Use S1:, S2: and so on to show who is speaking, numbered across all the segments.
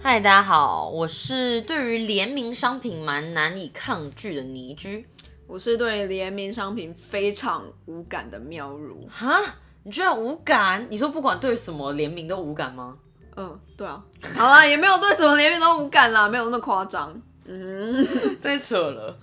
S1: 嗨，大家好，我是对于联名商品蛮难以抗拒的倪居。
S2: 我是对联名商品非常无感的喵如。
S1: 哈，你居然无感？你说不管对什么联名都无感吗？
S2: 嗯，对啊，好啦，也没有对什么联名都无感啦，没有那么夸张。
S1: 太扯了。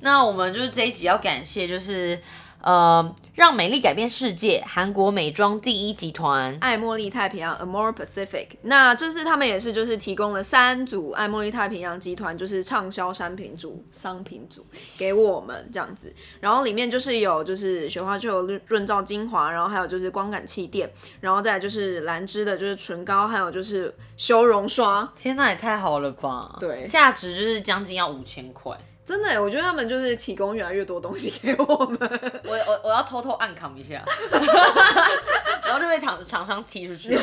S1: 那我们就是这一集要感谢，就是呃，让美丽改变世界韩国美妆第一集团。
S2: 爱茉莉太平洋 （Amore Pacific），那这次他们也是就是提供了三组爱茉莉太平洋集团就是畅销商品组商品组给我们这样子，然后里面就是有就是雪花秀润润燥精华，然后还有就是光感气垫，然后再来就是兰芝的就是唇膏，还有就是修容刷。
S1: 天呐，也太好了吧！
S2: 对
S1: 价值就是将近要五千块。
S2: 真的耶，欸我觉得他们就是提供越来越多东西给我们。
S1: 我我我要偷偷暗扛一 下，然后就被厂厂商踢出去。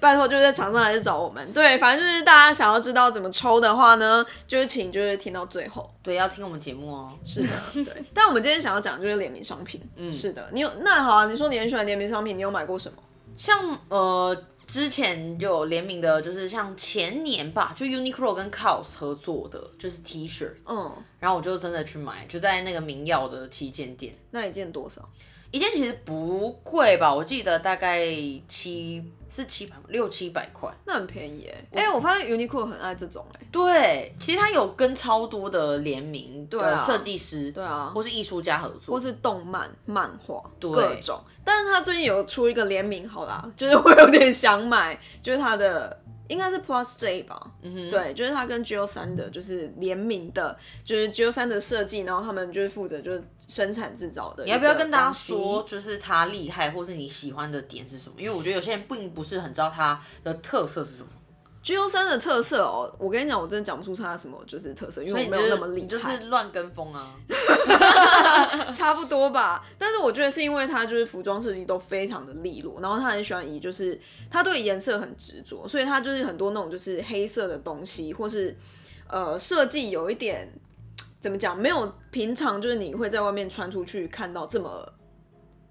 S2: 拜托，就是在场上还是找我们。对，反正就是大家想要知道怎么抽的话呢，就是请就是听到最后。
S1: 对，要听我们节目哦。
S2: 是的， 对。但我们今天想要讲的就是联名商品。嗯，是的，你有那好啊？你说你很喜欢联名商品，你有买过什么？
S1: 像呃之前就有联名的，就是像前年吧，就 Uniqlo 跟 COS 合作的，就是 T 恤，
S2: 嗯，
S1: 然后我就真的去买，就在那个明耀的旗舰店，
S2: 那一件多少？
S1: 一件其实不贵吧，我记得大概七是七百六七百块。
S2: 那很便宜哎、哎、我发现 Uniqlo 很爱这种哎、
S1: 对，其实它有跟超多的联名的
S2: 啊
S1: 设计师，对
S2: 啊
S1: 或是艺术家合作
S2: 或。是动漫、漫画各种。但是他最近有出一个联名，好啦，就是我有点想买，就是他的应该是 Plus J 吧，嗯哼，对，就是他跟 Gio 三的，就是联名的，就是 Gio 三的设计，然后他们就是负责就是生产制造的。你
S1: 你要不要跟大家说，？就是它厉害，或是你喜欢的点是什么？因为我觉得有些人并不是很知道它的特色是什么。
S2: Gio 三的特色哦，我跟你讲，我真的讲不出它什么就是特色，因
S1: 所以
S2: 为
S1: 你
S2: 我
S1: 就
S2: 没
S1: 是
S2: 有那么厉害，
S1: 你就是乱跟风啊。
S2: 差不多吧。但是我觉得是因为他就是服装设计都非常的利落，然后他很喜欢以就是他对颜色很执着，所以他就是很多那种就是黑色的东西，或是呃设计有一点怎么讲，没有平常就是你会在外面穿出去看到这么。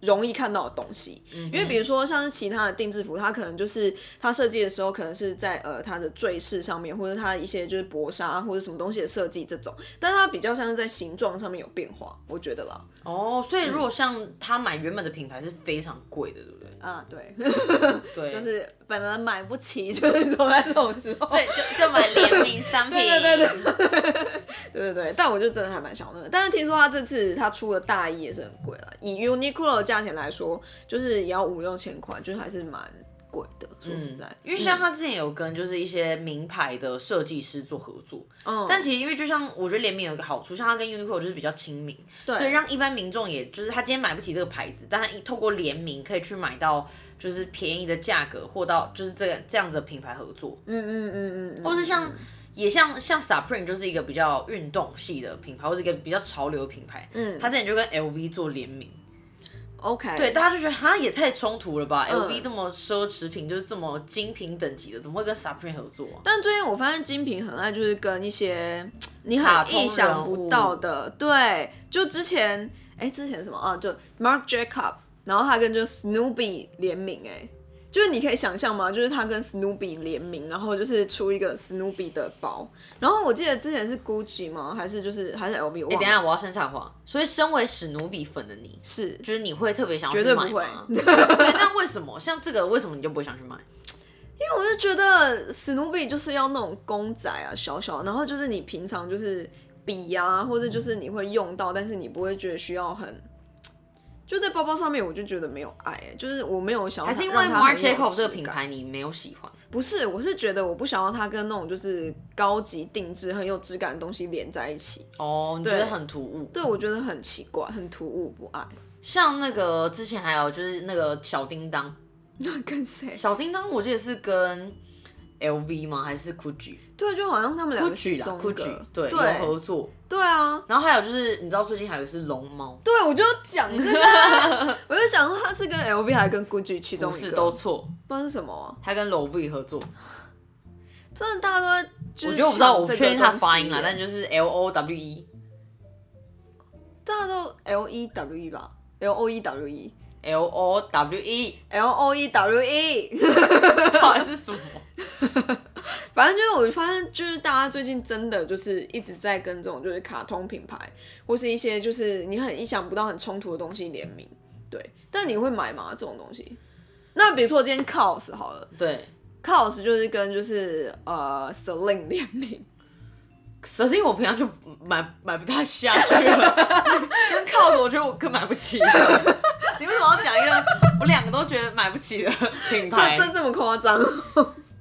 S2: 容易看到的东西，因为比如说像是其他的定制服，它可能就是它设计的时候，可能是在呃它的坠饰上面，或者它一些就是薄纱或者什么东西的设计这种，但它比较像是在形状上面有变化，我觉得啦。
S1: 哦，所以如果像他买原本的品牌是非常贵的，对不对？
S2: 啊，对，
S1: 对，
S2: 就是本人买不起， 就是走在这种时候。
S1: 所以就就买联名商品。
S2: 对对对对对 对对，但我就真的还蛮想那个。但是听说他这次他出的大衣也是很贵了，以 Uniqlo 的价钱来说，就是也要五六千块，就是还是蛮贵的。说实在，
S1: 嗯
S2: 嗯
S1: 因为像他之前有跟就是一些名牌的设计师做合作，
S2: 嗯，
S1: 但其实因为就像我觉得联名有一个好处，像他跟 Uniqlo 就是比较亲民，对所以让一般民众也就是他今天买不起这个牌子，但他一透过联名可以去买到就是便宜的价格，或到就是这个这样子的品牌合作，
S2: 嗯嗯嗯嗯嗯，
S1: 或是像也像像 Supreme 就是一个比较运动系的品牌，或是一个比较潮流的品牌，嗯，他之前就跟 LV 做联名，
S2: OK，
S1: 对，大家就觉得哈也太冲突了
S2: 嗯
S1: 吧、l v 这么奢侈品，就是这么精品等级的，怎么会跟 Supreme 合作啊？
S2: 但最近我发现精品很爱就是跟一些你
S1: 卡
S2: 很
S1: 通
S2: 意想
S1: 人
S2: 不
S1: 物
S2: 到的，对，就之前哎、之前什么啊，就 Mark Jacob，然后他跟就 Snoopy 联名、哎，就是你可以想象吗？就是他跟 Snoopy 联名，然后就是出一个 Snoopy 的包，然后我记得之前是 Gucci 吗？还是就是还是 LV？我忘了、
S1: 等一下我要生产话，所以身为史努比粉的你，
S2: 是
S1: 就是你会特别想要
S2: 绝
S1: 去
S2: 对
S1: 买
S2: 不会
S1: 吗？ 对，那为什么像这个为什么你就不会想去买？
S2: 我就觉得史努比就是要那种公仔啊，小小，然后就是你平常就是笔啊，或者就是你会用到，但是你不会觉得需要很。就在包包上面，我就觉得没有爱、就是我没有想要
S1: 还
S2: 它。
S1: 是因为
S2: 让它
S1: Marc
S2: 很有
S1: Jacob 这个
S2: 质
S1: 品
S2: 感？
S1: 牌你没有喜欢？
S2: 不是，我是觉得我不想要它跟那种就是高级定制、很有质感的东西连在一起。
S1: 哦，你觉得很突兀？
S2: 对，我觉得很奇怪，很突兀，不爱。
S1: 像那个之前还有就是那个小叮当，
S2: 那跟谁？
S1: 小叮当我记得是跟 LV 吗？还是 Gucci？
S2: 对，就好像他们两个其
S1: Gucci 啦
S2: 中一
S1: ，Gucci
S2: 个。
S1: 对有合
S2: 对
S1: 作。
S2: 对啊，
S1: 然后还有就是你知道最近还有一个是龙猫，
S2: 对，我就讲这个啊， 我就想说他是跟 LV 还是跟 GUCCI 其中
S1: 不
S2: 一个，
S1: 是都错，
S2: 不知道是什么啊、
S1: 他跟 LV 合作。
S2: 真的大家都在就
S1: 我
S2: 是
S1: 觉得我不知道，我
S2: 抢
S1: 不
S2: 这个
S1: 确定他
S2: 东西
S1: 发音啊啦，
S2: 耶
S1: 但就是 L O W E
S2: 大家都 L E W E 吧，L O E W E，L
S1: L O W E，
S2: O E W E，
S1: 到底是什么？
S2: 反正就是我发现，就是大家最近真的就是一直在跟这种就是卡通品牌或是一些就是你很意想不到很冲突的东西联名，对。但你会买吗？这种东西？那比如说我今天 cos 好了
S1: 对
S2: ，cos 就是跟就是呃 Celine 联名，
S1: 蛇精我平常就买买不太下去了， 跟 cos 我觉得我更买不起。 你为什么要讲一个我两个都觉得买不起的品牌
S2: 这？这这么 夸张？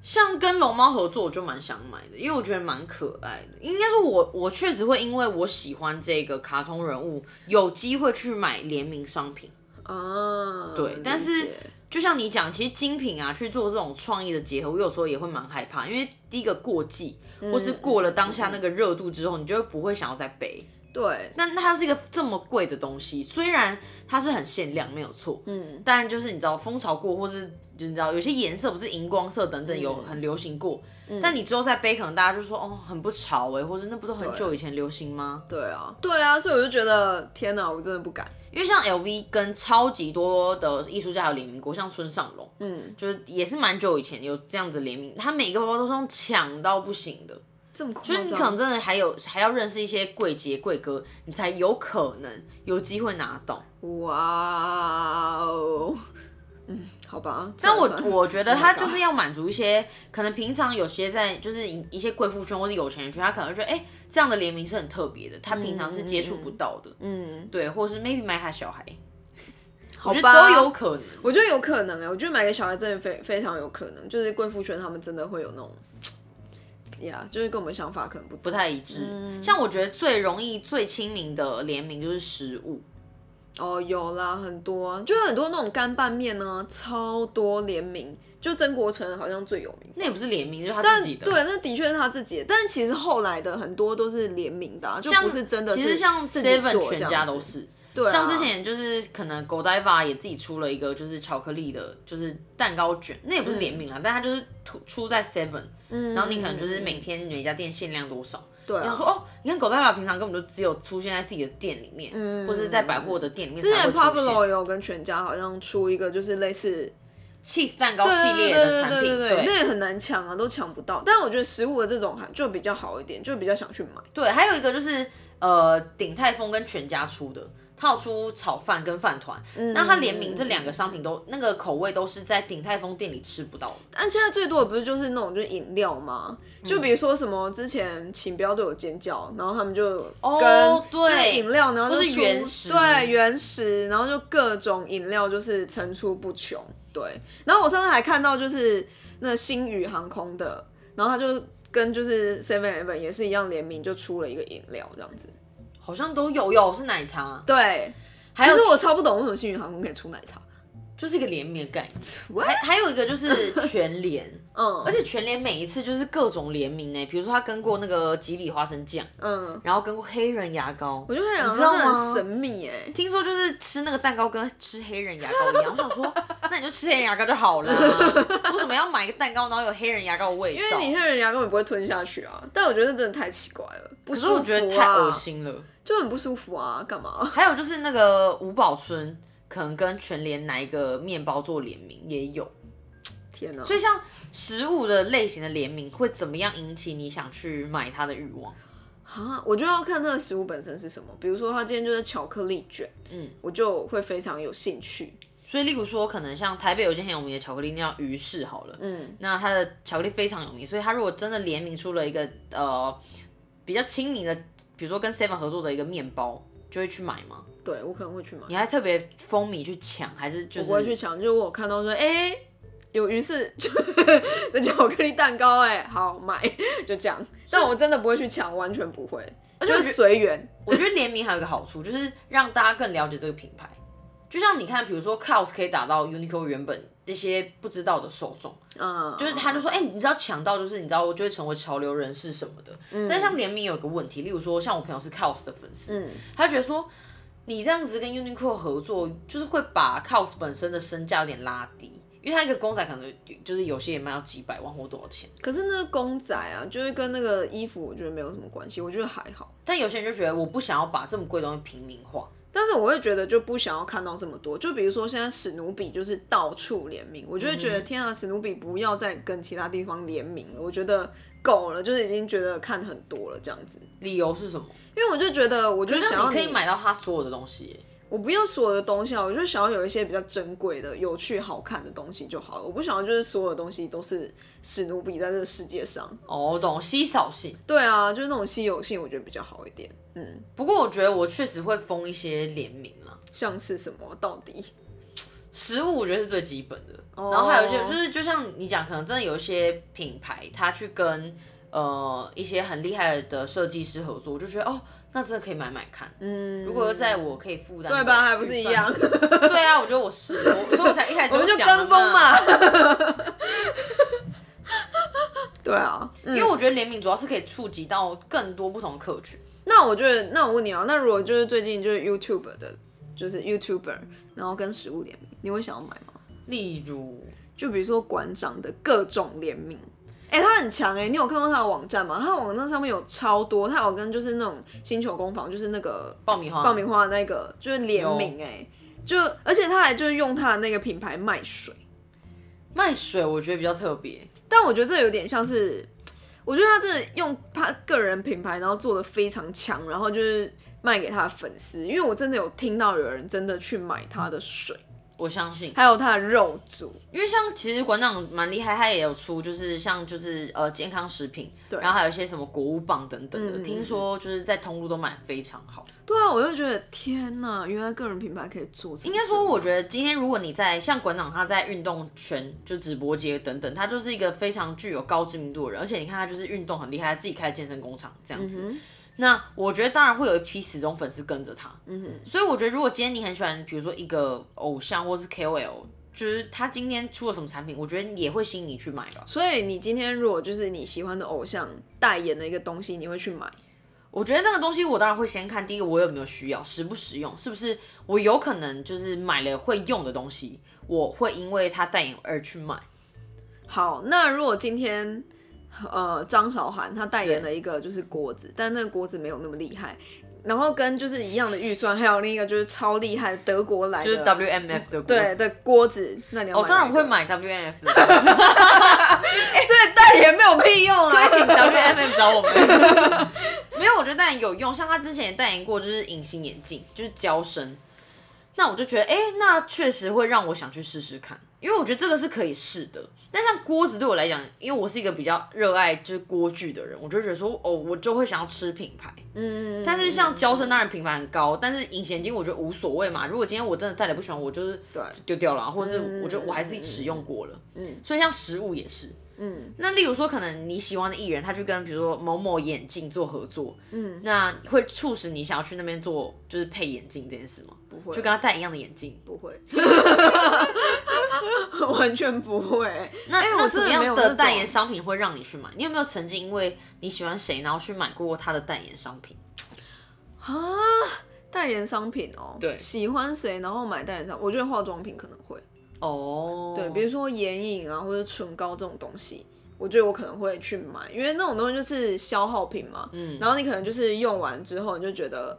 S1: 像跟龙猫合作，我就蛮想买的，因为我觉得蛮可爱的。应该说我我确实会因为我喜欢这个卡通人物，有机会去买联名商品。
S2: 啊，
S1: 对，但
S2: 理
S1: 是
S2: 解
S1: 就像你讲，其实精品啊去做这种创意的结合，我有时候也会蛮害怕，因为第一个过季，或是过了当下那个热度之后，你就不会想要再背。
S2: 对，
S1: 但它又是一个这么贵的东西，虽然它是很限量，没有错，
S2: 嗯，
S1: 但就是你知道风潮过，或是就你知道有些颜色不是荧光色等等有
S2: 嗯
S1: 很流行过，但你之后再背，可能大家就说哦很不潮哎、或者那不都很久以前流行吗？
S2: 对啊，对啊，所以我就觉得天哪，我真的不敢。
S1: 因为像 LV 跟超级多的艺术家有联名过，像孙尚龙，
S2: 嗯，
S1: 就是也是蛮久以前有这样子联名，他每个包包都是用抢到不行的，
S2: 这么夸
S1: 就是你可能真的还有还要认识一些柜姐柜哥，你才有可能有机会拿到。
S2: 哇哦，嗯，好吧。
S1: 但
S2: 算
S1: 我
S2: 了算了
S1: 我觉得他
S2: Oh my
S1: 就是要满足一些可能平常有些在就是一一些贵妇圈或者有钱人圈，他可能会觉得哎、这样的联名是很特别的，他平常是接触不到的，
S2: 嗯，
S1: 对，或者是 maybe 买他小孩，
S2: 好
S1: 我觉得
S2: 吧，
S1: 都有。可能。
S2: 我觉得有可能哎、我觉得买给小孩真的非非常有可能，就是贵妇圈他们真的会有那种，呀、就是跟我们想法可能不
S1: 不
S2: 不
S1: 太一致，像我觉得最容易、最亲民的联名就是食物，
S2: 哦，有啦，很多、啊，就有很多那种干拌面呢、超多联名，就曾国成好像最有名。
S1: 那也不是联名，就是他自己的。
S2: 对，那的确是他自己的，但其实后来的很多都是联名的、啊，就
S1: 像
S2: 不是真的
S1: 其
S2: 是
S1: 实像
S2: 自己做
S1: Seven
S2: 这
S1: 全
S2: 样
S1: 家
S2: 子
S1: 都，是，
S2: 对啊、
S1: 像之前就是可能 Godiva 也自己出了一个就是巧克力的，就是蛋糕卷，那也不是联名啊，但它就是出出在 Seven，、然后你可能就是每天每家店限量多少。
S2: 嗯对、
S1: 然
S2: 啊，
S1: 后说哦，你看 Godiva 平常根本就只有出现在自己的店里面，或是在百货的店里面
S2: 之
S1: 才会
S2: 前
S1: 出现
S2: Pablo 也有跟全家好像出一个就是类似
S1: cheese 蛋糕系列的产品，
S2: 对对，那也很难抢啊，都抢不到。但我觉得食物的这种还就比较好一点，就比较想去买。
S1: 对，还有一个就是呃，鼎泰丰跟全家出的，它有出炒饭跟饭团，那它联名这两个商品都那个口味都是在鼎泰丰店里吃不到的。
S2: 但现在最多的不是就是那种就是饮料吗？
S1: 嗯
S2: 就比如说什么之前请不要对我尖叫，然后他们就
S1: 哦
S2: 跟就是
S1: 对
S2: 饮料，然后
S1: 或
S2: 就是出
S1: 原始
S2: 对原始，然后就各种饮料就是层出不穷。对，然后我上次还看到就是那星宇航空的，然后他就跟就是 Seven Eleven 也是一样联名，就出了一个饮料这样子。
S1: 好像都有，有是奶茶，
S2: 对，
S1: 还
S2: 其
S1: 有
S2: 实我超不懂为什么星宇航空可以出奶茶。
S1: 就是一个连绵的概念，还还有一个就是全联，
S2: 嗯
S1: 而且全联每一次就是各种联名呢，比如说他跟过那个几笔花生酱，
S2: 嗯，
S1: 然后跟过黑人牙膏，
S2: 我就会想
S1: 你知道
S2: 说真的
S1: 吗
S2: 很神秘哎、
S1: 听说就是吃那个蛋糕跟吃黑人牙膏一样，我想 说那你就吃黑人牙膏就好了，为什么要买一个蛋糕然后有黑人牙膏的味道？
S2: 因为你黑人牙根本不会吞下去啊，但我觉得真的太奇怪了，不
S1: 可
S2: 舒
S1: 是
S2: 服、啊、
S1: 我觉得太恶，心了。
S2: 就很不舒服啊，干嘛？
S1: 还有就是那个五宝村，可能跟全联哪一个面包做联名也有，
S2: 天哪、
S1: 所以像食物的类型的联名会怎么样引起你想去买它的欲望？
S2: 啊，我就要看这个食物本身是什么，比如说它今天就是巧克力卷，
S1: 嗯，
S2: 我就会非常有兴趣，
S1: 所以例如说，可能像台北有一间很有名的巧克力叫鱼氏好了，
S2: 嗯，
S1: 那它的巧克力非常有名，所以它如果真的联名出了一个呃比较亲民的，比如说跟 Seven 合作的一个面包，就会去买吗？
S2: 对我可能会去买，
S1: 你还特别风靡去抢，还是就
S2: 我
S1: 是
S2: 不会去抢，就是我看到说，哎、有于是就那 巧克力蛋糕、哎，好买，就这样，但我真的不会去抢，完全不会，
S1: 而且我
S2: 就是
S1: 觉得
S2: 随缘，
S1: 我觉得联名还有一个好处，就是让大家更了解这个品牌。就像你看，比如说 COS 可以打到 Uniqlo 原本这些不知道的受众，
S2: 嗯，
S1: 就是他就说，哎、你知道抢到就是你知道，我就会成为潮流人士什么的。但像联名有一个问题，例如说像我朋友是 COS 的粉丝，
S2: 嗯
S1: 他觉得说你这样子跟 Uniqlo 合作，就是会把 COS 本身的身价有点拉低，因为他一个公仔可能就是有些也卖到几百万或多少钱，
S2: 可是那个公仔啊，就是跟那个衣服，我觉得没有什么关系，我觉得还好。
S1: 但有些人就觉得我不想要把这么贵的东西平民化。
S2: 但是我会觉得就不想要看到这么多，就比如说现在史努比就是到处联名，我就会觉
S1: 嗯
S2: 得、天啊，史努比不要再跟其他地方联名了，我觉得够了，就是已经觉得看很多了这样子，
S1: 理由是什么？
S2: 因为我就觉得我就
S1: 这
S2: 想
S1: 样
S2: 要
S1: 你可以买到他所有的东西耶，
S2: 我不要所有的东西啊，我就想要有一些比较珍贵的、有趣、好看的东西就好了。我不想要就是所有东西都是史努比在这个世界上。
S1: 哦，我懂稀少性。
S2: 对啊，就是那种稀有性，我觉得比较好一点。嗯，
S1: 不过我觉得我确实会封一些联名啦，
S2: 像是什么到底？
S1: 食物我觉得是最基本的，
S2: 哦
S1: 然后还有一些就是就像你讲，可能真的有一些品牌，他去跟呃一些很厉害的设计师合作，我就觉得哦，那真的可以买买看。
S2: 嗯，
S1: 如果在我可以负担，
S2: 对吧？还不是一样？？
S1: 对啊，我觉得我是，我所以我才一开始
S2: 我们就
S1: 讲了
S2: 跟风嘛。 对啊，因
S1: 因为我觉得联名主要是可以触及到更多不同的客群。
S2: 那我觉得，那我问你啊，那如果就是最近就是 YouTube 的，就是 YouTuber，然后跟食物联名，你会想要买吗？
S1: 例如，
S2: 就比如说馆长的各种联名。哎、他很强哎、你有看过他的网站吗？他的网站上面有超多，他有跟就是那种星球工坊，就是那个
S1: 爆米花，
S2: 爆米花的那个，就是联名哎、就而且他还就是用他的那个品牌卖水，
S1: 卖水，我觉得比较特别。
S2: 但我觉得这有点像是，我觉得他真的用他个人品牌，然后做的非常强，然后就是卖给他的粉丝，因为我真的有听到有人真的去买他的水，
S1: 我相信，
S2: 还有他的肉组，
S1: 因为像其实馆长蛮厉害，他也有出就是像就是呃健康食品，对然后还有一些什么国物棒等等的，
S2: 嗯
S1: 听说就是在通路都买非常好。
S2: 对啊，我就觉得天哪，原来个人品牌可以做成这样。
S1: 应该说，我觉得今天如果你在像馆长他在运动圈就直播间等等，他就是一个非常具有高知名度的人，而且你看他就是运动很厉害，他自己开健身工厂这样子。
S2: 嗯哼
S1: 那我觉得当然会有一批死忠粉丝跟着他，
S2: 嗯哼，
S1: 所以我觉得如果今天你很喜欢，比如说一个偶像或是 KOL，就是他今天出了什么产品，我觉得也会吸引你去买吧。
S2: 所以你今天如果就是你喜欢的偶像代言的一个东西，你会去买？
S1: 我觉得那个东西我当然会先看，第一个我有没有需要，实不实用，是不是我有可能就是买了会用的东西，我会因为他代言而去买。
S2: 好，那如果今天呃张韶涵她代言了一个就是锅子，但那个锅子没有那么厉害，然后跟就是一样的预算，还有另一个就是超厉害的德国来的，
S1: 就是 WMF 的锅
S2: 对
S1: 子，
S2: 的锅子，那你要买
S1: 我、
S2: 哪一个、
S1: 当然会买 WMF 的锅子，
S2: 哎，所以代言没有屁用啊，
S1: 请 WMF 找我们。 没有，我觉得代言有用，像他之前也代言过，就是隐形眼镜，就是娇生。那我就觉得，哎、那确实会让我想去试试看，因为我觉得这个是可以试的。但像锅子对我来讲，因为我是一个比较热爱就是锅具的人，我就觉得说，哦，我就会想要吃品牌。
S2: 嗯，
S1: 但是像娇生当然品牌很高，但是隐形眼镜我觉得无所谓嘛。如果今天我真的戴了不喜欢，我就是
S2: 对嗯
S1: 丢掉了啊，或者是我觉得我还是使用过了。嗯，所以像食物也是。
S2: 嗯
S1: 那例如说，可能你喜欢的艺人，他去跟比如说某某眼镜做合作，
S2: 嗯，
S1: 那会促使你想要去那边做就是配眼镜这件事吗？
S2: 不会
S1: 就跟他戴一样的眼镜。
S2: 不会。嗯 完全不会，
S1: 那、
S2: 哎
S1: 那
S2: 我
S1: 什
S2: 真
S1: 么
S2: 的没
S1: 样
S2: 有
S1: 的
S2: 那
S1: 代
S2: 种
S1: 言商品会让你去买？你有没有曾经因为你喜欢谁，然后去买过他的代言商品？
S2: 啊，代言商品哦，
S1: 对
S2: 喜欢谁然后买代言商，我觉得化妆品可能会，
S1: 哦，
S2: 对，比如说眼影啊或者唇膏这种东西，我觉得我可能会去买，因为那种东西就是消耗品嘛，
S1: 嗯
S2: 然后你可能就是用完之后你就觉得。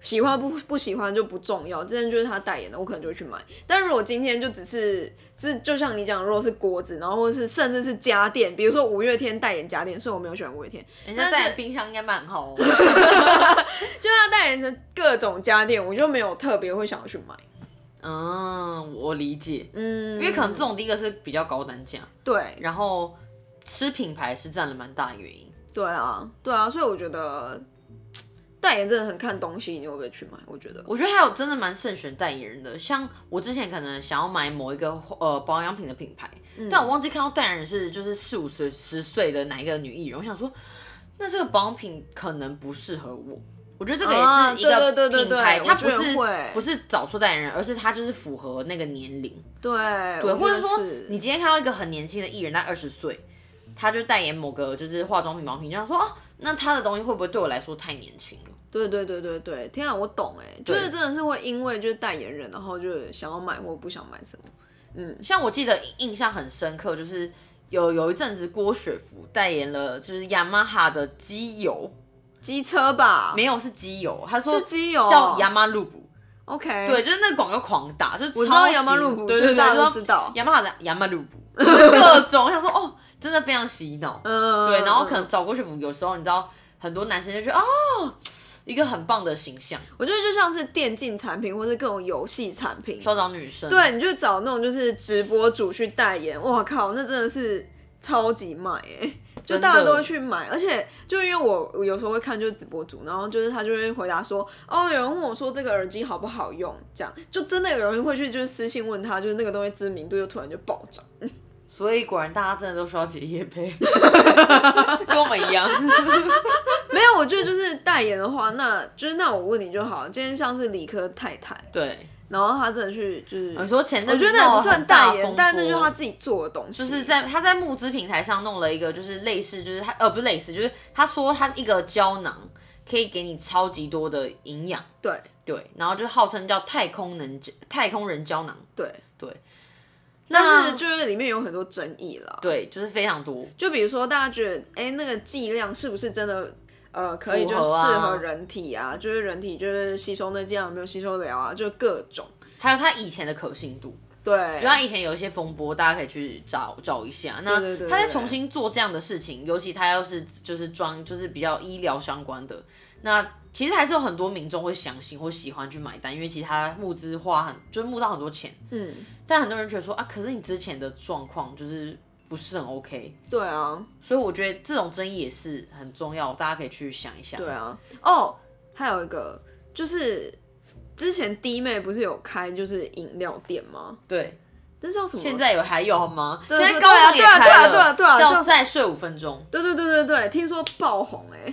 S2: 喜欢不不喜欢就不重要，真的就是他代言的，我可能就会去买。但如果今天就只是是，就像你讲，如果是锅子，然后或者是甚至是家电，比如说五月天代言家电，虽然我没有喜欢五月天，
S1: 人家
S2: 那
S1: 戴
S2: 这
S1: 的冰箱应该蛮好哦。
S2: 就他代言成各种家电，我就没有特别会想要去买。
S1: 嗯，我理解，
S2: 嗯，
S1: 因为可能这种第一个是比较高单价，
S2: 对
S1: 然后吃品牌是占了蛮大的原因。
S2: 对啊，对啊，所以我觉得代言真的很看东西，你会不会去买？我觉得
S1: 我觉得还有真的蛮慎选代言人的，像我之前可能想要买某一个呃保养品的品牌，
S2: 嗯
S1: 但我忘记看到代言人是就是四五岁十岁的哪一个女艺人，我想说，那这个保养品可能不适合我。我觉得这个
S2: 啊
S1: 也是一个
S2: 对对对对
S1: 品牌，
S2: 对
S1: 它
S2: 我觉
S1: 不
S2: 得
S1: 是
S2: 会
S1: 不是找错代言人，而是它就是符合那个年龄。
S2: 对
S1: 对，
S2: 对
S1: 或者说你
S2: 你
S1: 今天看到一个很年轻的艺人，他二十岁，他就代言某个就是化妆品、保养品，就想说哦，那他的东西会不会对我来说太年轻了？
S2: 对对对对对，天啊，我懂哎、就是真的是会因为就是代言人，然后就想要买或不想买什么。
S1: 像我记得印象很深刻，就是有有一阵子郭雪芙代言了就是雅马哈的机油，
S2: 机车吧？
S1: 没有是机油，他说
S2: 是机油
S1: 叫 Yamalu。
S2: OK，
S1: 对，就是那个广告狂打，就是
S2: 我知
S1: 超
S2: 道
S1: 级
S2: 雅马路普，
S1: 对
S2: 就
S1: 对
S2: 是大家
S1: 对，
S2: 都知道。
S1: 雅马哈的雅马路普，各种，我想说哦，真的非常洗脑。
S2: 嗯，
S1: 对，然后可能找过去服，有时候你知道，很多男生就觉得哦，一个很棒的形象，
S2: 我觉得就像是电竞产品或是各种游戏产品，
S1: 说找女生，，
S2: 对，你就找那种就是直播主去代言，哇靠，那真的是超级卖哎、就
S1: 真的
S2: 大家都会去买，而且就因为我我有时候会看就是直播主，然后就是他就会回答说，哦，有人问我说这个耳机好不好用，这样就真的有人会去就是私信问他，就是那个东西知名度就突然就暴涨。
S1: 所以果然大家真的都需要接夜配， 跟我们一样。
S2: 没有，我觉得就是代言的话，那就是那我问你就好，今天像是理科太太，
S1: 对，
S2: 然后他真的去就是，
S1: 你说前
S2: 我
S1: 阵
S2: 觉
S1: 子
S2: 得那也不算代
S1: 闹了
S2: 言
S1: 很大风波，
S2: 但那就是他自己做的东西，
S1: 就是在他在募资平台上弄了一个，就是类似，就是他呃不是类似，就是他说他一个胶囊可以给你超级多的营养，
S2: 对
S1: 对，然后就号称叫太空能太空人胶囊，
S2: 对
S1: 对。
S2: 但是
S1: 那
S2: 就是里面有很多争议啦，
S1: 对，就是非常多。
S2: 就比如说大家觉得，哎、那个剂量是不是真的，呃，可以
S1: 符
S2: 就
S1: 合
S2: 适
S1: 啊
S2: 合人体啊？就是人体就是吸收那剂量有没有吸收得了啊？就各种
S1: 还有他以前的可信度，
S2: 对
S1: 就，他以前有一些风波，大家可以去找找一下。那
S2: 对对对
S1: 他在
S2: 对
S1: 重新做这样的事情，尤其他要是就是装就是比较医疗相关的，那其实还是有很多民众会相信或喜欢去买单，因为其实他募资花很就是募到很多钱，
S2: 嗯，
S1: 但很多人觉得说啊，可是你之前的状况就是不是很 OK，
S2: 对啊，
S1: 所以我觉得这种争议也是很重要，大家可以去想一下。
S2: 对啊，哦，还有一个就是之前弟妹不是有开就是饮料店吗？
S1: 对，
S2: 那叫什么？
S1: 现在有还有吗？现
S2: 对
S1: 在高雄也
S2: 对啊对啊
S1: 开了，
S2: 对啊对啊对啊
S1: 叫再睡五分钟。
S2: 对对对对对，听说爆红哎、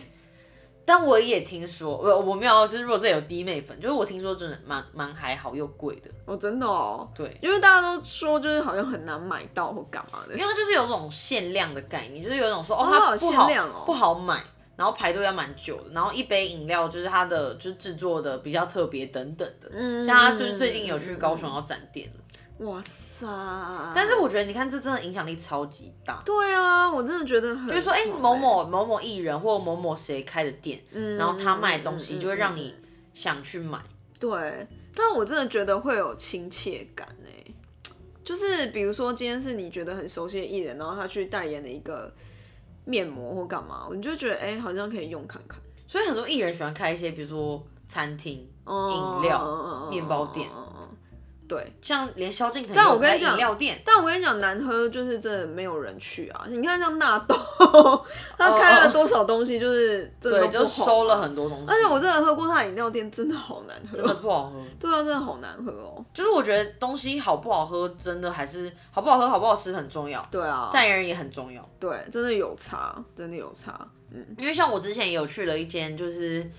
S1: 但我也听说，我我没有，就是如果这有弟妹粉，就是我听说真的蛮蛮还好又贵的，
S2: 哦真的哦，
S1: 对，
S2: 因为大家都说就是好像很难买到或干嘛的
S1: 因为，它就是有种限量的概念，就是有种说哦
S2: 哦
S1: 它不好
S2: 限量哦
S1: 不好买，然后排队要蛮久的，然后一杯饮料就是它的就是制作的比较特别等等的，
S2: 嗯
S1: 像它就是最近有去高雄要展店了，
S2: 哇塞！
S1: 但是我觉得你看这真的影响力超级大，
S2: 对啊，我真的觉得很
S1: 就是说哎、
S2: 爽欸
S1: 某某某某艺人或某某谁开的店，然后他卖的东
S2: 嗯嗯嗯
S1: 西
S2: 嗯
S1: 就会让你想去买，
S2: 对，但我真的觉得会有亲切感哎，就是比如说今天是你觉得很熟悉的艺人，然后他去代言的一个面膜或干嘛，你就觉得哎、好像可以用看看。
S1: 所以很多艺人喜欢开一些比如说餐厅。
S2: 哦
S1: 饮料
S2: 嗯嗯嗯嗯
S1: 面包店
S2: 嗯嗯嗯嗯对，
S1: 像连萧敬腾，
S2: 但我跟你讲
S1: 饮料店，
S2: 但我跟你讲，难喝就是真的没有人去啊。你看像纳豆，他开了多少东西，就是真
S1: 哦
S2: 的
S1: 对，
S2: 都
S1: 就
S2: 不红
S1: 收了
S2: 啊。
S1: 很多东西。
S2: 而且我真的喝过他的饮料店，真的好难喝
S1: 真。的不好喝，
S2: 对啊，真的好难喝哦。
S1: 就是我觉得东西好不好喝，真的还是好不好喝、好不好吃很重要，
S2: 对啊，
S1: 代言人也很重要。
S2: 对，真的有差，真的有差。嗯，
S1: 因为像我之前也有去了一间，就是。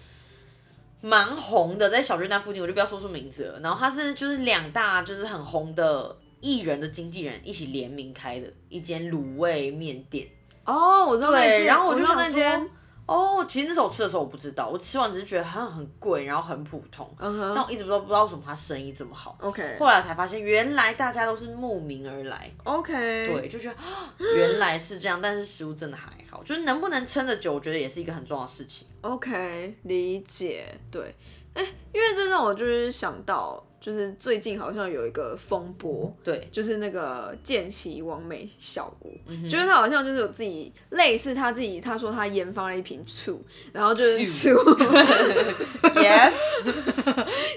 S1: 蛮红的，在小巨蛋附近，我就不要说出名字了。然后它是就是两大就是很红的艺人的经纪人一起联名开的一间卤味面店。
S2: 哦，我知道那
S1: 对
S2: 间，
S1: 然后我
S2: 我
S1: 就
S2: 知道
S1: 想
S2: 那间
S1: 说，哦，其实那时候我吃的时候我不知道，我吃完只是觉得它很贵，然后很普通。
S2: 嗯
S1: 但
S2: 哼
S1: 我一直都不知道为什么他生意这么好。
S2: ，OK
S1: 后来才发现，原来大家都是慕名而来，
S2: OK，
S1: 对，就觉得啊原来是这样，但是食物真的还好，就是能不能撑得久，我觉得也是一个很重要的事情。
S2: OK，理解，对，哎、因为这让我就是想到，就是最近好像有一个风波，
S1: 对，
S2: 就是那个见习王美小屋，就是他好像就是有自己类似他自己，他说他研发了一瓶醋，然后就是
S1: 醋
S2: 醋
S1: 耶，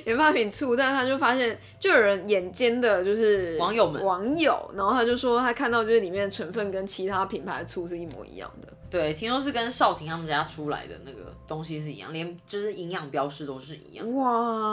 S2: 研发一瓶醋，但他就发现就有人眼尖的，就是
S1: 网友们
S2: 网友，然后他就说他看到就是里面的成分跟其他品牌的醋是一模一样的，
S1: 对，听说是跟少廷他们家出来的那个东西是一样，连就是营养标识都是一样，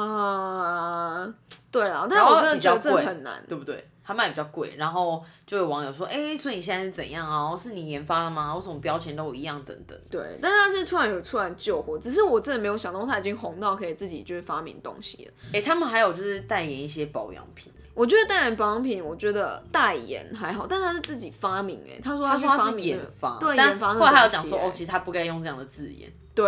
S2: 哇，对啦，但
S1: 然后
S2: 嗯我真的
S1: 比
S2: 觉
S1: 较
S2: 得这
S1: 贵
S2: 很难，
S1: 对不对？他卖比较贵，然后就有网友说，哎、所以你现在是怎样啊？是你研发的吗？为什么标签都一样？等等。
S2: 对，但是他是突然有突然救火，只是我真的没有想到他已经红到可以自己就是发明东西了。
S1: 哎、他们还有就是代言一些保养品，
S2: 我觉得代言保养品，我觉得代言还好，但他是自己发明哎、他说
S1: 他
S2: 去
S1: 说
S2: 发
S1: 他是
S2: 明
S1: 研
S2: 的
S1: 发，
S2: 对
S1: 但
S2: 研发那
S1: 后来还有
S2: 东
S1: 讲
S2: 西
S1: 说，
S2: 欸
S1: 哦，其实他不该用这样的字眼。
S2: 对，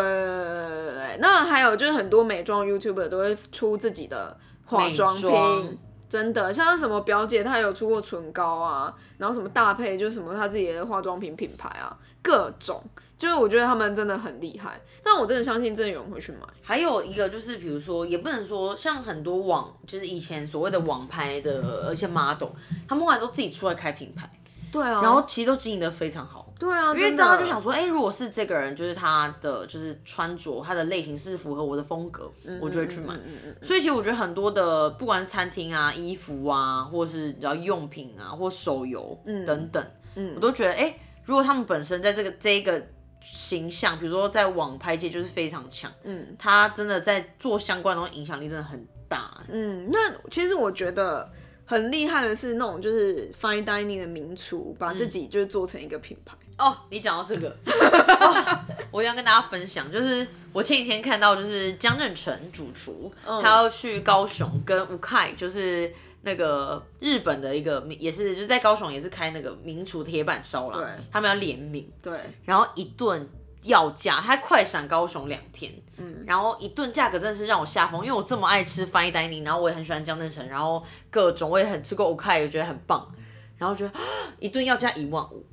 S2: 那还有就是很多美妆 YouTuber 都会出自己的化妆
S1: 美妆
S2: 品，真的，像是什么表姐她有出过唇膏啊，然后什么大配就是什么她自己的化妆品品牌啊，各种，就是我觉得他们真的很厉害。但我真的相信真的有人会去买。
S1: 还有一个就是，比如说，也不能说像很多网，就是以前所谓的网拍的一些 model，他们后来都自己出来开品牌，
S2: 对啊，
S1: 然后其实都经营的非常好。
S2: 对啊，
S1: 因为
S2: 真的
S1: 大家就想说，哎、如果是这个人，就是他的就是穿着，他的类型是符合我的风格，我就会去买。
S2: 嗯嗯嗯嗯
S1: 所以其实我觉得很多的，不管是餐厅啊、衣服啊，或是然后用品啊，或手游
S2: 嗯
S1: 等等，我都觉得，哎、如果他们本身在这个这一个形象，比如说在网拍界就是非常强，
S2: 嗯
S1: 他真的在做相关的东西影响力真的很大、
S2: 嗯，那其实我觉得很厉害的是那种就是 fine dining 的名厨，把自
S1: 嗯
S2: 己就是做成一个品牌。
S1: 哦，你讲到这个， 哦我想跟大家分享，就是我前几天看到，就是江任成主厨，他要去高雄跟吴凯，就是那个日本的一个名，也是就是在高雄也是开那个名厨铁板烧啦，
S2: 对
S1: 他们要联名，
S2: 对，
S1: 然后一顿要价，他快闪高雄两天，嗯，然后一顿价格真的是让我吓疯，因为我这么爱吃 fine dining，然后我也很喜欢江镇成，然后各种我也很吃过 OK，我觉得很棒，然后觉得啊一顿要价一万五，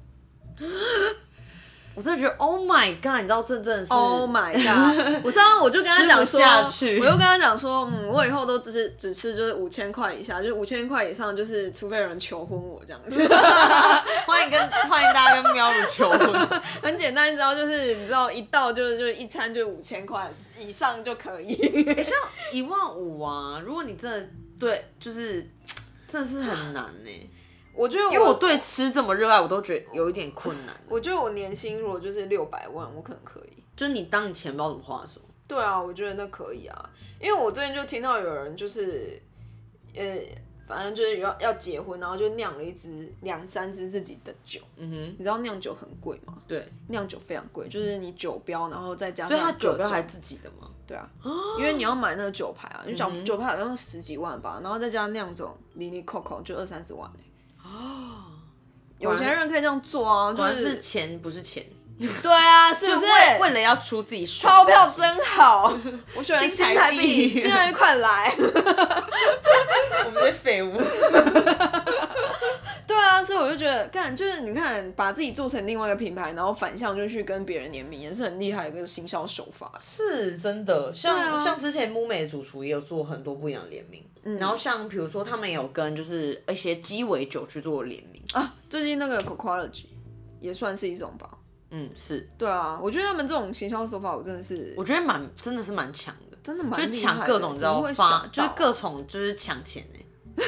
S1: 我真的觉得 Oh my God，你知道这真的是
S2: Oh my god！我上次我就跟他讲
S1: 吃
S2: 说，
S1: 不下去
S2: 我又跟他讲说，嗯，我以后都只是只吃就是五千块以下，就是五千块以上，就是除非有人求婚我这样子，
S1: 欢迎跟欢迎大家跟喵乳求婚，
S2: 很简单，你知道就是你知道一到就是就是一餐就五千块以上就可以。
S1: 像一万五啊，如果你真的对就是。真的是很难呢、
S2: 我觉得我
S1: 因为我对吃这么热爱，我都觉得有一点困难。
S2: 我觉得我年薪如果就是六百万，我可能可以。
S1: 就是你当你钱包怎么花的时候，
S2: 对啊，我觉得那可以啊，因为我最近就听到有人就是，呃，反正就是要要结婚，然后就酿了一支两三支自己的酒。
S1: 嗯哼，
S2: 你知道酿酒很贵吗？
S1: 对，
S2: 酿酒非常贵，就是你酒标，然后再加
S1: 所
S2: 上
S1: 以他
S2: 各种
S1: 酒标还自己的吗？
S2: 对啊，因为你要买那个酒牌啊，你酒酒牌好像十几万吧，然后再加上酿酒，零零扣扣就二三十万欸有钱人可以这样做啊，就
S1: 反正
S2: 是
S1: 是钱不是 钱，
S2: 对啊，是
S1: 就
S2: 不是？
S1: 为为了要出自己
S2: 钞
S1: 钞
S2: 票真好， 我喜欢
S1: 新台
S2: 台
S1: 币
S2: 新台币快来。
S1: 我们这废物。
S2: 对啊，所以我就觉得，干就是你看，把自己做成另外一个品牌，然后反向就去跟别人联名，也是很厉害的一个行销手法。
S1: 是真的，像、
S2: 对啊
S1: 像之前木美的主厨也有做很多不一样的联名，然后像比如说他们有跟就是一些鸡尾酒去做联名，
S2: 啊，最近那个 Coquology 也算是一种吧。
S1: 嗯，是，
S2: 对啊，我觉得他们这种行销手法，我真的是
S1: 我觉得蛮真的是蛮强的，
S2: 真的蛮
S1: 就是
S2: 厉害
S1: 抢
S2: 的
S1: 各种你知道
S2: 怎么会想
S1: 发
S2: 到，
S1: 就是各种就是抢钱 哎、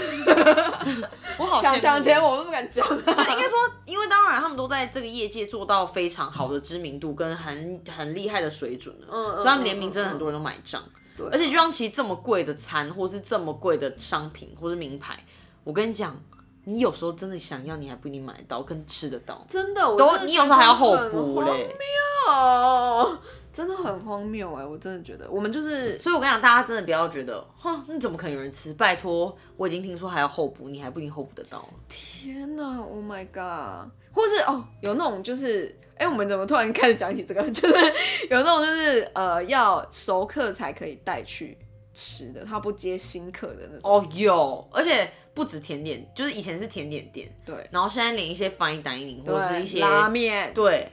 S1: 我好羡
S2: 抢
S1: 慕
S2: 抢钱，我都不敢讲。
S1: 就应该说，因为当然他们都在这个业界做到非常好的知名度跟很很厉害的水准了，
S2: 嗯
S1: 所以他们联名真的很多人都买账。
S2: 对啊
S1: 而且就像其实这么贵的餐，或是这么贵的商品，或是名牌，我跟你讲，你有时候真的想要，你还不一定买得到，跟吃得到。
S2: 真的，我
S1: 都
S2: 真的
S1: 你
S2: 觉
S1: 有时
S2: 得
S1: 候还要后
S2: 很
S1: 补
S2: 荒
S1: 嘞，
S2: 谬，真的很荒谬哎、我真的觉得我们就是
S1: 所以我跟你讲，大家真的不要觉得，哼，那怎么可能有人吃？拜托，我已经听说还要候补，你还不一定候补得到。
S2: 天哪，Oh my god！或是哦，有那种就是，哎、我们怎么突然开始讲起这个？ 就是有那种就是呃，要熟客才可以带去吃的，他不接新客的那种。
S1: 哦，有，而且不止甜点，就是以前是甜点店，
S2: 对，
S1: 然后现在连一些 fine dining 或
S2: 对
S1: 是一些
S2: 拉面。
S1: 对，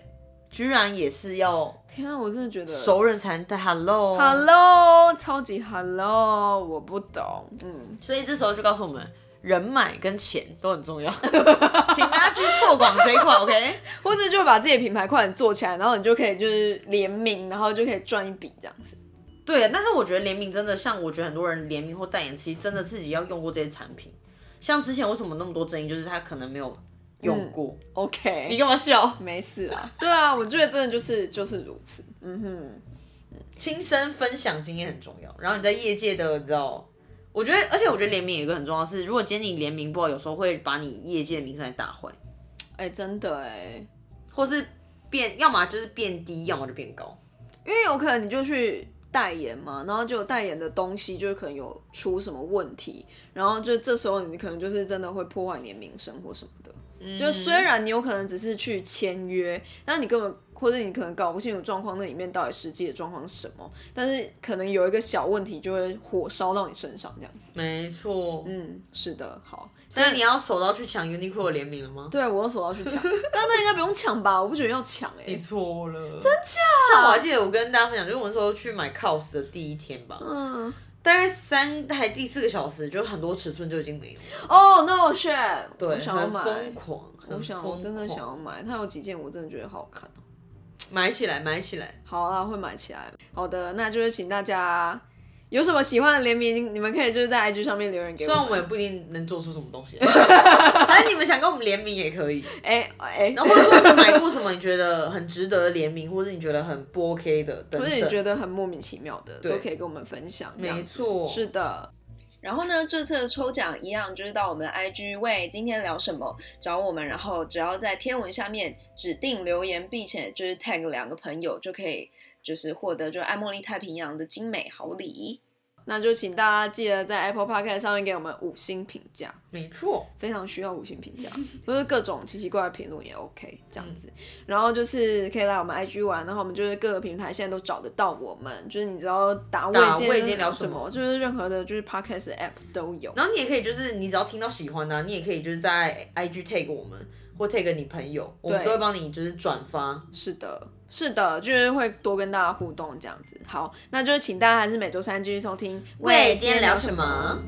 S1: 居然也是要
S2: 天啊，我真的觉得
S1: 熟人才能带
S2: 哦
S1: hello。
S2: Hello，超级 Hello，我不懂，嗯，
S1: 所以这时候就告诉我们，人脉跟钱都很重要， 请大家去拓广这一块，OK？
S2: 或者就把自己的品牌快点做起来，然后你就可以就是联名，然后就可以赚一笔这样子。
S1: 对，但是我觉得联名真的，像我觉得很多人联名或代言，其实真的自己要用过这些产品。像之前为什么那么多争议，就是他可能没有
S2: 嗯
S1: 用过。
S2: OK，
S1: 你干嘛笑？
S2: 没事啦。对啊，我觉得真的就是就是如此。嗯哼，
S1: 亲身分享经验很重要，然后你在业界的，你知道。我觉得，而且我觉得联名有一个很重要的是，如果今天你联名不好，有时候会把你业界的名声来打坏。
S2: 哎、真的哎，
S1: 或是变，要么就是变低，要么就变高。
S2: 因为有可能你就去代言嘛，然后就代言的东西就可能有出什么问题，然后就这时候你可能就是真的会破坏你的名声或什么的。
S1: 嗯
S2: 就虽然你有可能只是去签约，但你根本或者你可能搞不清楚状况，那里面到底实际的状况是什么，但是可能有一个小问题就会火烧到你身上这样子。
S1: 没错，
S2: 嗯，是的，好，
S1: 但你要手到去抢 Uniqlo 的联名了吗？
S2: 对我又手到去抢，但那应该不用抢吧？我不觉得要抢哎、
S1: 你错了，真假？像我还记得我跟大家分享，就是我那时候去买 COS 的第一天吧，
S2: 嗯，
S1: 大概三还第四个小时，就很多尺寸就已经没有了，
S2: 哦、n o shit，我
S1: 对，
S2: 想要
S1: 很
S2: 买，
S1: 疯狂，很
S2: 我
S1: 疯
S2: 想
S1: 狂，
S2: 我真的想要买，它有几件我真的觉得好好看哦、
S1: 买起来，买起来。
S2: 好啦，会买起来。好的，那就是请大家有什么喜欢的联名，你们可以就是在 IG 上面留言给我
S1: 虽然我
S2: 们。
S1: 们也不一定能做出什么东 西来，啊但是你们想跟我们联名也可以。
S2: 哎哎，
S1: 然后或者说你买过什么你觉得很值得的联名，或者你觉得很不 OK 的等
S2: 或者你
S1: 等。
S2: 觉得很莫名其妙的，都可以跟我们分享。这样
S1: 没错，
S2: 是的。然后呢，这次的抽奖一样，就是到我们的 IG 为今天聊什么找我们，然后只要在天文下面指定留言，并且就是 tag 两个朋友，就可以就是获得就是爱茉莉太平洋的精美好礼。那就请大家记得在 Apple Podcast 上面给我们五星评价，
S1: 没错，
S2: 非常需要五 星评价，或者各种奇奇怪怪的评论也 OK 这
S1: 嗯
S2: 样子。然后就是可以来我们 IG 玩，然后我们就是各个平台现在都找得到我们，就是你只要打
S1: 打未
S2: 未未
S1: 见聊
S2: 什
S1: 什么
S2: 就是任何的就是 Podcast 的 App 都有。
S1: 然后你也可以就是你只要听到喜欢的啊、你也可以就是在 IG tag 我们或 tag 你朋友，我们
S2: 对
S1: 都会帮你就是转发。
S2: 是的，是的，就是会多跟大家互动这样子。好，那就请大家还是每周三继续收听。
S1: 喂，今天聊什么？